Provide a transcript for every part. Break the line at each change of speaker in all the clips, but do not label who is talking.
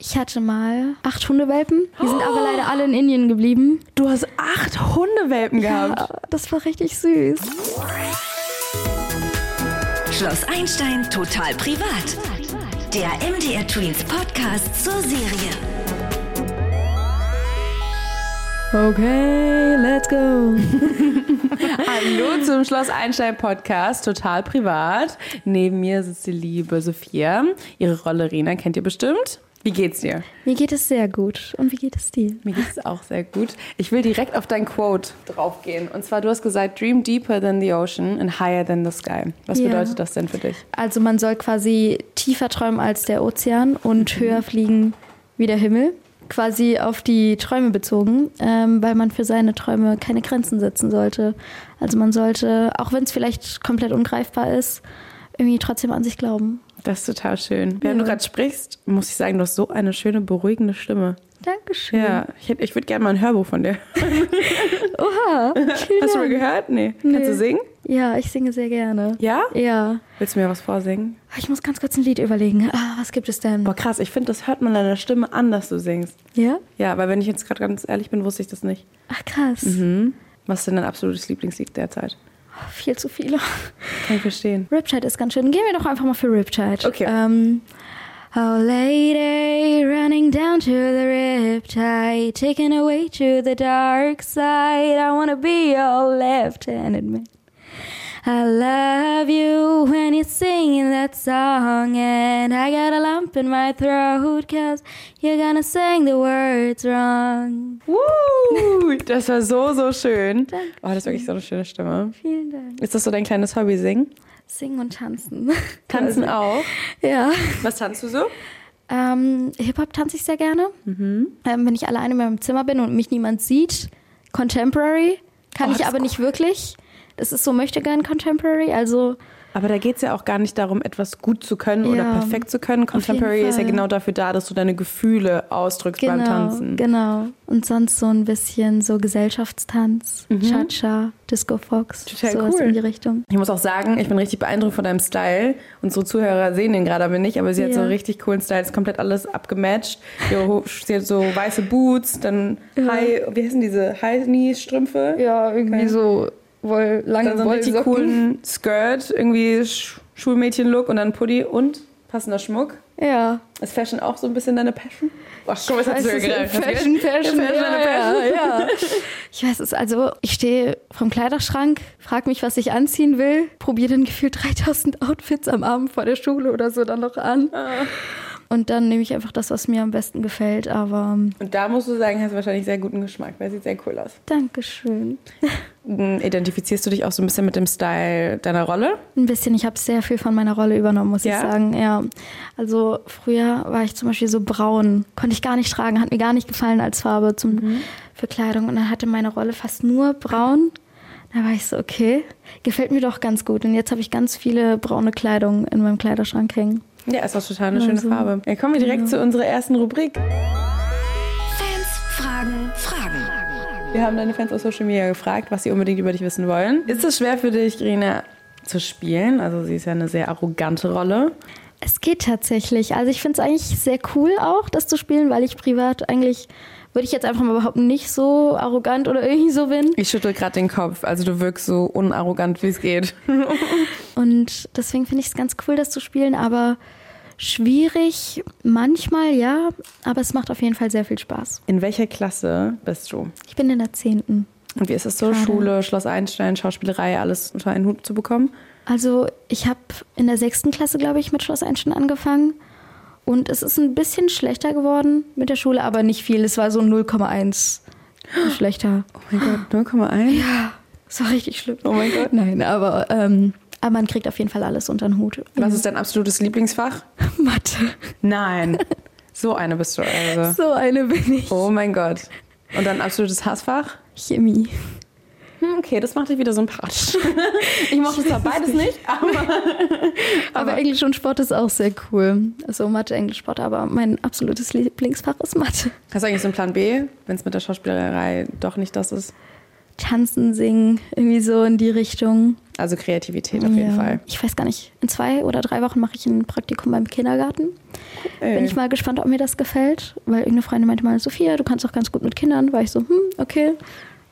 Ich hatte mal acht Hundewelpen. Die sind aber leider alle in Indien geblieben.
Du hast acht Hundewelpen gehabt.
Ja, das war richtig süß.
Schloss Einstein total privat. Der MDR Twins Podcast zur Serie.
Okay, let's go. Hallo zum Schloss Einstein Podcast, total privat. Neben mir sitzt die liebe Sophia. Ihre Rolle Rena kennt ihr bestimmt. Wie geht's dir?
Mir geht es sehr gut. Und wie geht es dir?
Mir geht es auch sehr gut. Ich will direkt auf dein Quote draufgehen. Und zwar, du hast gesagt, dream deeper than the ocean and higher than the sky. Was
Ja.
bedeutet das denn für dich?
Also man soll quasi tiefer träumen als der Ozean und höher fliegen wie der Himmel. Quasi auf die Träume bezogen, ähm, weil man für seine Träume keine Grenzen setzen sollte. Also man sollte, auch wenn es vielleicht komplett ungreifbar ist, irgendwie trotzdem an sich glauben.
Das ist total schön. Während du gerade sprichst, muss ich sagen, du hast so eine schöne, beruhigende Stimme.
Dankeschön.
Ja, ich, hätt- ich würde gerne mal ein Hörbuch von dir.
Oha. vielen
Hast du mal
Dank.
gehört? Nee. Kannst du singen?
Ja, ich singe sehr gerne.
Ja?
Ja.
Willst du mir was vorsingen?
Ah, Ich muss ganz kurz ein Lied überlegen. Ah, was gibt es denn?
Boah, krass, ich finde, das hört man deiner Stimme an, dass du singst.
Ja?
Ja, weil wenn ich jetzt gerade ganz ehrlich bin, wusste ich das nicht.
Ach krass.
Was ist denn dein absolutes Lieblingslied derzeit?
Oh, viel zu viele.
Kann ich verstehen.
Riptide ist ganz schön. Gehen wir doch einfach mal für Riptide.
Okay.
Ähm, oh lady, running down to the riptide, taken away to the dark side. I wanna be your left-handed man. I love you when you're singing that song And I got a lump in my throat Cause you're gonna sing the words wrong
Woo! Das war so, so schön.
Dankeschön.
Oh, das ist wirklich so eine schöne Stimme.
Vielen Dank.
Ist das so dein kleines Hobby, singen?
Singen und tanzen.
Tanzen
Quasi.
auch.
Ja.
Was tanzt du so?
Ähm, Hip-Hop tanze ich sehr gerne.
Mhm.
Ähm, wenn ich alleine in meinem Zimmer bin und mich niemand sieht. Contemporary kann
Oh,
ich
das ist
aber nicht wirklich. Das ist so möchte gern Contemporary. Also
Aber da geht es ja auch gar nicht darum, etwas gut zu können oder
Ja,
perfekt zu können. Contemporary
jeden
ist ja
Fall.
genau dafür da, dass du deine Gefühle ausdrückst beim
genau,
Tanzen.
genau. Und sonst so ein bisschen so Gesellschaftstanz, Cha-Cha, Disco Fox,
Mhm. Total
sowas
cool.
in die Richtung.
Ich muss auch sagen, ich bin richtig beeindruckt von deinem Style. Unsere Zuhörer sehen den gerade aber nicht, aber sie hat
Ja.
so einen richtig coolen Style. Ist komplett alles abgematcht. Ihre Ho- Sie hat so weiße Boots, dann High, wie heißen diese High-Knee-Strümpfe?
Ja, irgendwie
Okay.
so wohl lange
Dann so einen richtig coolen Skirt, irgendwie Sch Schulmädchen-Look und dann Pulli und passender Schmuck.
Ja.
Ist Fashion auch so ein bisschen deine Passion? Ach, guck mal, was hast
Weiß
du
es-
gedacht?
Fashion, Fashion,
Fashion,
ja,
Fashion.
Ja, ja. Ich weiß es, also ich stehe vom Kleiderschrank, frag mich, was ich anziehen will, probiere dann gefühlt 3000 Outfits am Abend vor der Schule oder so dann noch an. Und dann nehme ich einfach das, was mir am besten gefällt, aber ähm,
Und da musst du sagen, hast du wahrscheinlich sehr guten Geschmack, weil sieht sehr cool aus.
Dankeschön.
Identifizierst du dich auch so ein bisschen mit dem Style deiner Rolle?
Ein bisschen, ich habe sehr viel von meiner Rolle übernommen, muss
Ja?
ich sagen. Ja. Also früher war ich zum Beispiel so braun, konnte ich gar nicht tragen, hat mir gar nicht gefallen als Farbe zum, für Kleidung. Und dann hatte meine Rolle fast nur braun. Da war ich so, okay, gefällt mir doch ganz gut. Und jetzt habe ich ganz viele braune Kleidung in meinem Kleiderschrank hängen.
Ja, ist auch total eine
Ja,
schöne
so.
Farbe. Ja, kommen wir direkt zu unserer ersten Rubrik.
Fans fragen Fragen.
Wir haben deine Fans auf Social Media gefragt, was sie unbedingt über dich wissen wollen. Ist es schwer für dich, Rina, zu spielen? Also sie ist ja eine sehr arrogante Rolle.
Es geht tatsächlich. Also ich finde es eigentlich sehr cool auch, das zu spielen, weil ich privat eigentlich, würde ich jetzt einfach mal behaupten, nicht so arrogant oder irgendwie so bin.
Ich schüttel gerade den Kopf. Also du wirkst so unarrogant, wie es geht.
Und deswegen finde ich es ganz cool, das zu spielen, aber schwierig manchmal, ja, aber es macht auf jeden Fall sehr viel Spaß.
In welcher Klasse bist du?
Ich bin in der zehnten.
Und wie ist es so,
Gerade.
Schule, Schloss Einstein, Schauspielerei, alles unter einen Hut zu bekommen?
Also ich habe in der sechsten Klasse, glaube ich, mit Schloss Einstein angefangen. Und es ist ein bisschen schlechter geworden mit der Schule, aber nicht viel. Es war so 0,1 schlechter.
Oh mein Gott, 0,1?
Ja, es war richtig schlimm.
Oh mein Gott.
Nein, aber, ähm, aber man kriegt auf jeden Fall alles unter den Hut.
Was ist dein absolutes Lieblingsfach?
Mathe?
Nein. So eine bist du also.
So eine bin ich.
Oh mein Gott. Und dann absolutes Hassfach?
Chemie.
Hm, okay, das macht dich wieder sympathisch. ich mochte zwar beides nicht, aber
Aber Englisch und Sport ist auch sehr cool. Also Mathe, Englisch, Sport, aber mein absolutes Lieblingsfach ist Mathe.
Hast du eigentlich so einen Plan B, wenn es mit der Schauspielerei doch nicht das ist?
tanzen, singen, irgendwie so in die Richtung.
Also Kreativität auf
Ja.
jeden Fall.
Ich weiß gar nicht. In zwei oder drei Wochen mache ich ein Praktikum beim Kindergarten.
Äh.
Bin ich mal gespannt, ob mir das gefällt, weil irgendeine Freundin meinte mal, Sophia, du kannst doch ganz gut mit Kindern. War ich so, hm, okay.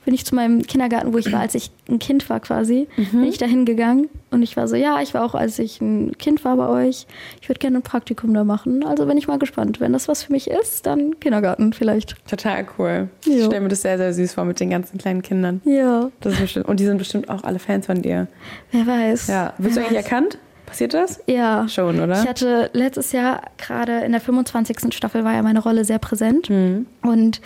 Bin ich zu meinem Kindergarten, wo ich war, als ich ein Kind war quasi,
Mhm.
bin ich da hingegangen und ich war so, ja, ich war auch, als ich ein Kind war bei euch. Ich würde gerne ein Praktikum da machen. Also bin ich mal gespannt. Wenn das was für mich ist, dann Kindergarten vielleicht.
Total cool. Ich
Jo.
stelle mir das sehr, sehr süß vor mit den ganzen kleinen Kindern.
Ja,
Das ist bestimmt, und die sind bestimmt auch alle Fans von dir.
wer weiß.
Ja. Wirst du eigentlich erkannt? Passiert das?
Ja.
Schon, oder?
Ich hatte letztes Jahr gerade in der 25. Staffel war ja meine Rolle sehr präsent.
Mhm.
Und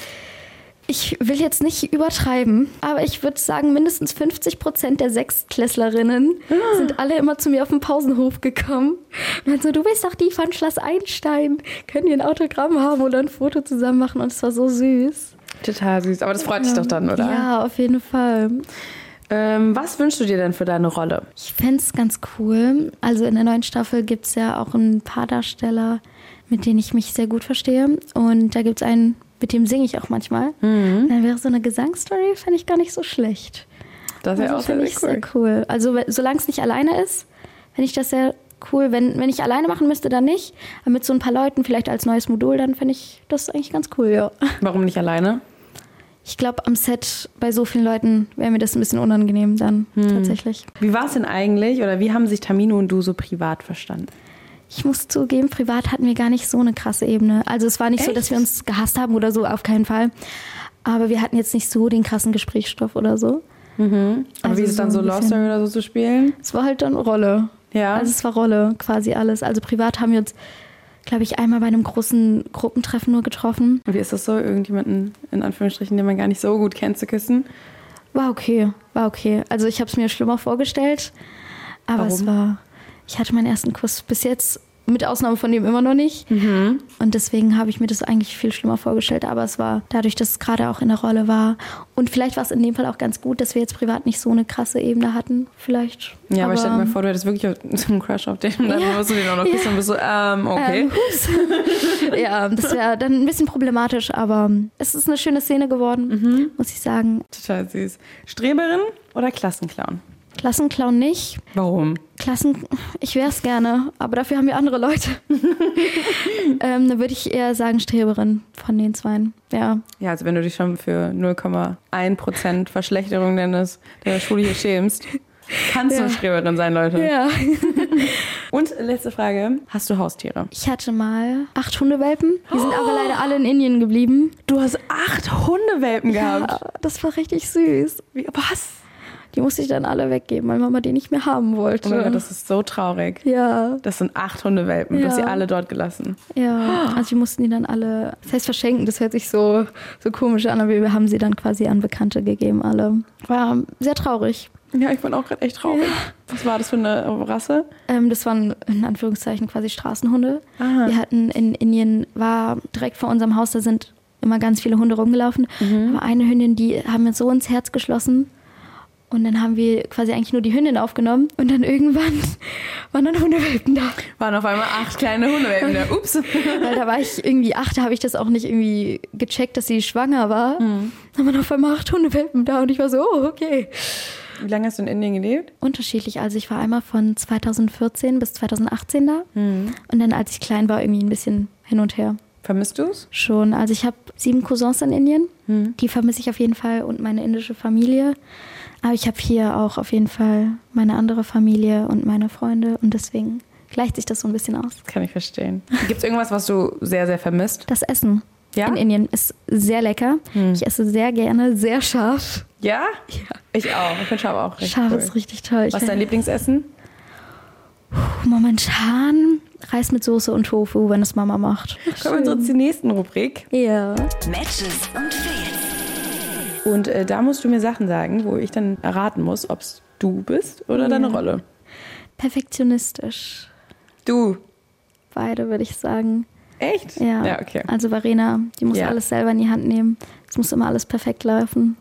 ich will jetzt nicht übertreiben, aber ich würde sagen, mindestens 50 Prozent der Sechstklässlerinnen
Ah.
sind alle immer zu mir auf den Pausenhof gekommen. Und dann so, du bist doch die von Schloss Einstein. Können wir ein Autogramm haben oder ein Foto zusammen machen? Und es war so süß.
Total süß. Aber das freut dich doch dann, oder?
Ja, auf jeden Fall.
Ähm, was wünschst du dir denn für deine Rolle?
Ich fände es ganz cool. Also in der neuen Staffel gibt es ja auch ein paar Darsteller, mit denen ich mich sehr gut verstehe. Und da gibt es einen, mit dem singe ich auch manchmal.
Mhm.
Dann wäre so eine Gesangsstory, fände ich gar nicht so schlecht.
Das ist ja auch
also
sehr,
finde
sehr
ich
cool.
sehr cool. Also we- solange es nicht alleine ist, fände ich das sehr cool. Wenn, wenn ich alleine machen müsste, dann nicht. Aber mit so ein paar Leuten, vielleicht als neues Modul, dann fände ich das eigentlich ganz cool, ja.
Warum nicht alleine?
Ich glaube, am Set bei so vielen Leuten wäre mir das ein bisschen unangenehm dann
Mhm.
tatsächlich.
Wie war es denn eigentlich oder wie haben sich Tamino und du so privat verstanden?
Ich muss zugeben, privat hatten wir gar nicht so eine krasse Ebene. Also es war nicht so,
Echt?
dass wir uns gehasst haben oder so, auf keinen Fall. Aber wir hatten jetzt nicht so den krassen Gesprächsstoff oder so.
Aber
Also
wie ist es dann so
ein
Love
bisschen-
Story oder so zu spielen?
Es war halt dann Rolle.
Ja.
Also es war Rolle quasi alles. Also privat haben wir uns, glaube ich, einmal bei einem großen Gruppentreffen nur getroffen.
Und wie ist das so, irgendjemanden in Anführungsstrichen, den man gar nicht so gut kennt, zu küssen?
War okay, war okay. Also ich habe es mir schlimmer vorgestellt. Aber es
Warum?
war, ich hatte meinen ersten Kuss bis jetzt, mit Ausnahme von dem immer noch nicht.
Mhm.
Und deswegen habe ich mir das eigentlich viel schlimmer vorgestellt. Aber es war dadurch, dass es gerade auch in der Rolle war. Und vielleicht war es in dem Fall auch ganz gut, dass wir jetzt privat nicht so eine krasse Ebene hatten. Vielleicht.
Ja, aber, ähm, stell dir mal vor, du hättest wirklich auch so einen Crush auf den und dann
Ja.
musst du den auch noch
Ja.
küssen und bist so, ähm, okay.
Ähm, hups. ja, das wäre dann ein bisschen problematisch, aber es ist eine schöne Szene geworden,
Mhm.
muss ich sagen.
Total süß. Streberin oder Klassenclown?
Klassenclown nicht,
Warum?
Klassen, ich wäre es gerne, aber dafür haben wir andere Leute. ähm, dann würde ich eher sagen Streberin von den Zweien. Ja,
Ja, also wenn du dich schon für 0,1% Verschlechterung deines, deiner Schule hier schämst, kannst du
Ja.
Streberin sein, Leute.
Ja.
Und letzte Frage. Hast du Haustiere?
Ich hatte mal acht Hundewelpen. Die sind
Oh.
aber leider alle in Indien geblieben.
Du hast acht Hundewelpen gehabt.
Ja, das war richtig süß.
Wie, was?
Die musste ich dann alle weggeben, weil Mama die nicht mehr haben wollte.
Oh mein Gott, das ist so traurig.
ja,
Das sind acht Hundewelpen. Du hast sie
Ja.
alle dort gelassen.
ja. Also wir mussten die dann alle, das heißt verschenken, das hört sich so, so komisch an, aber wir haben sie dann quasi an Bekannte gegeben, alle. War sehr traurig.
Ja, ich bin auch gerade echt traurig. Was war das für eine Rasse?
Ähm, das waren in Anführungszeichen quasi Straßenhunde. Wir hatten in Indien, war direkt vor unserem Haus, da sind immer ganz viele Hunde rumgelaufen. Aber eine Hündin, die haben wir so ins Herz geschlossen. Und dann haben wir quasi eigentlich nur die Hündin aufgenommen. Und dann irgendwann waren dann Hundewelpen da.
Waren auf einmal acht kleine Hundewelpen. da. Ups.
Weil da war ich irgendwie acht, da habe ich das auch nicht irgendwie gecheckt, dass sie schwanger war. Dann waren auf einmal acht Hundewelpen da und ich war so, oh, okay.
Wie lange hast du in Indien gelebt?
unterschiedlich. Also ich war einmal von 2014 bis 2018 da
Mhm.
und dann als ich klein war irgendwie ein bisschen hin und her
Vermisst du es?
schon. Also ich habe sieben Cousins in Indien,
Mhm.
die vermisse ich auf jeden Fall und meine indische Familie. Aber ich habe hier auch auf jeden Fall meine andere Familie und meine Freunde und deswegen gleicht sich das so ein bisschen aus.
Kann ich verstehen. Gibt es irgendwas, was du sehr, sehr vermisst?
Das Essen
Ja? Mhm.
in Indien ist sehr lecker. Ich esse sehr gerne, sehr scharf.
Ja? Ja. Ich auch. Ich finde Schaf auch richtig
scharf
cool.
ist richtig toll. Ich
Was ist dein
find-
Lieblingsessen?
Momentan Reis mit Soße und Tofu, wenn es Mama macht.
Kommen wir so zur nächsten Rubrik.
Ja.
Matches und Fails.
Und äh, da musst du mir Sachen sagen, wo ich dann erraten muss, ob es du bist oder deine Rolle.
Perfektionistisch.
Du.
Beide, würde ich sagen.
Echt?
Ja.
Ja, okay.
Also Verena, die muss
Ja.
alles selber in die Hand nehmen. Es muss immer alles perfekt laufen.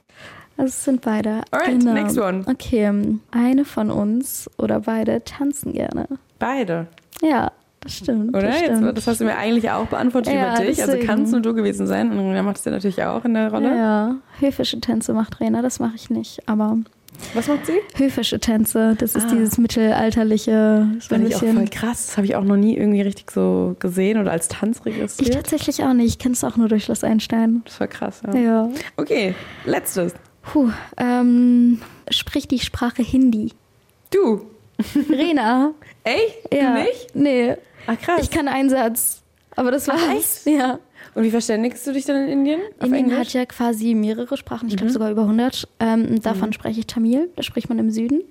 Also es sind beide. Genau.
Alright, next one.
Okay, eine von uns oder beide tanzen gerne.
Beide.
Ja, das stimmt.
Oder?
Das
Jetzt,
stimmt.
das hast du mir eigentlich auch beantwortet
Ja,
über dich. Also
deswegen.
kannst nur du gewesen sein. Und dann macht es ja natürlich auch in der Rolle.
Ja, höfische Tänze macht Rena, das mache ich nicht. Aber
Was macht sie?
höfische Tänze, das ist
Ah.
dieses mittelalterliche, so ein
Finde ich auch voll
bisschen.
krass. Das habe ich auch noch nie irgendwie richtig so gesehen oder als Tanz
Ich
registriert.
tatsächlich auch nicht. Ich kenne es auch nur durch Schloss Einstein.
Das war krass, ja.
Ja.
Okay, letztes.
Puh, ähm, sprich die Sprache Hindi.
Du.
Rena.
Echt?
Ja.
Du nicht?
Nee.
Ach krass.
Ich kann einen Satz. Aber das war's.
echt?
Ah, Ja.
Und wie verständigst du dich dann in Indien? Auf
Indien
Englisch? Mhm.
hat ja quasi mehrere Sprachen, ich glaube sogar über 100. Ähm, davon spreche ich Tamil, das spricht man im Süden.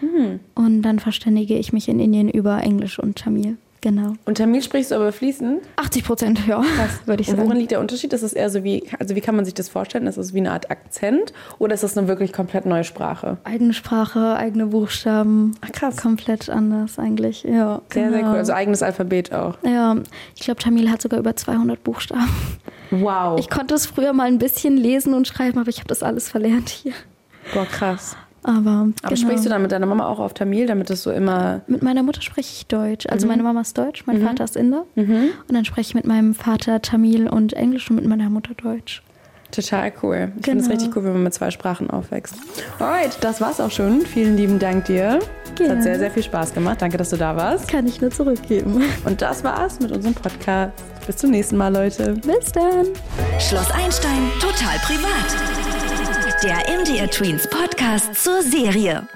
Mhm.
Und dann verständige ich mich in Indien über Englisch und Tamil. Genau.
Und Tamil sprichst du aber fließend?
80 Prozent, ja, würde ich
Und worin
sagen.
liegt der Unterschied? Ist es eher so wie, also wie kann man sich das vorstellen? Ist es wie eine Art Akzent oder ist das eine wirklich komplett neue Sprache?
Eigene Sprache, eigene Buchstaben.
Ach, krass.
Komplett anders eigentlich, ja.
Sehr, sehr
genau.
cool. Also eigenes Alphabet auch.
Ja, ich glaube, Tamil hat sogar über 200 Buchstaben.
Wow.
Ich konnte es früher mal ein bisschen lesen und schreiben, aber ich habe das alles verlernt hier.
Boah, krass.
Aber,
Aber
genau.
sprichst du dann mit deiner Mama auch auf Tamil, damit das so immer.
Mit meiner Mutter spreche ich Deutsch. Also
Mhm.
meine Mama ist Deutsch, mein Vater ist Inder. Und dann spreche ich mit meinem Vater Tamil und Englisch und mit meiner Mutter Deutsch.
Total cool. Ich finde es
Genau.
richtig cool, wenn man mit zwei Sprachen aufwächst. Alright, das war's auch schon. Vielen lieben Dank dir. Es
Gerne.
hat sehr, sehr viel Spaß gemacht. Danke, dass du da warst.
Kann ich nur zurückgeben.
Und das war's mit unserem Podcast. Bis zum nächsten Mal, Leute.
Bis dann.
Schloss Einstein total privat. Der MDR Tweens Podcast zur Serie.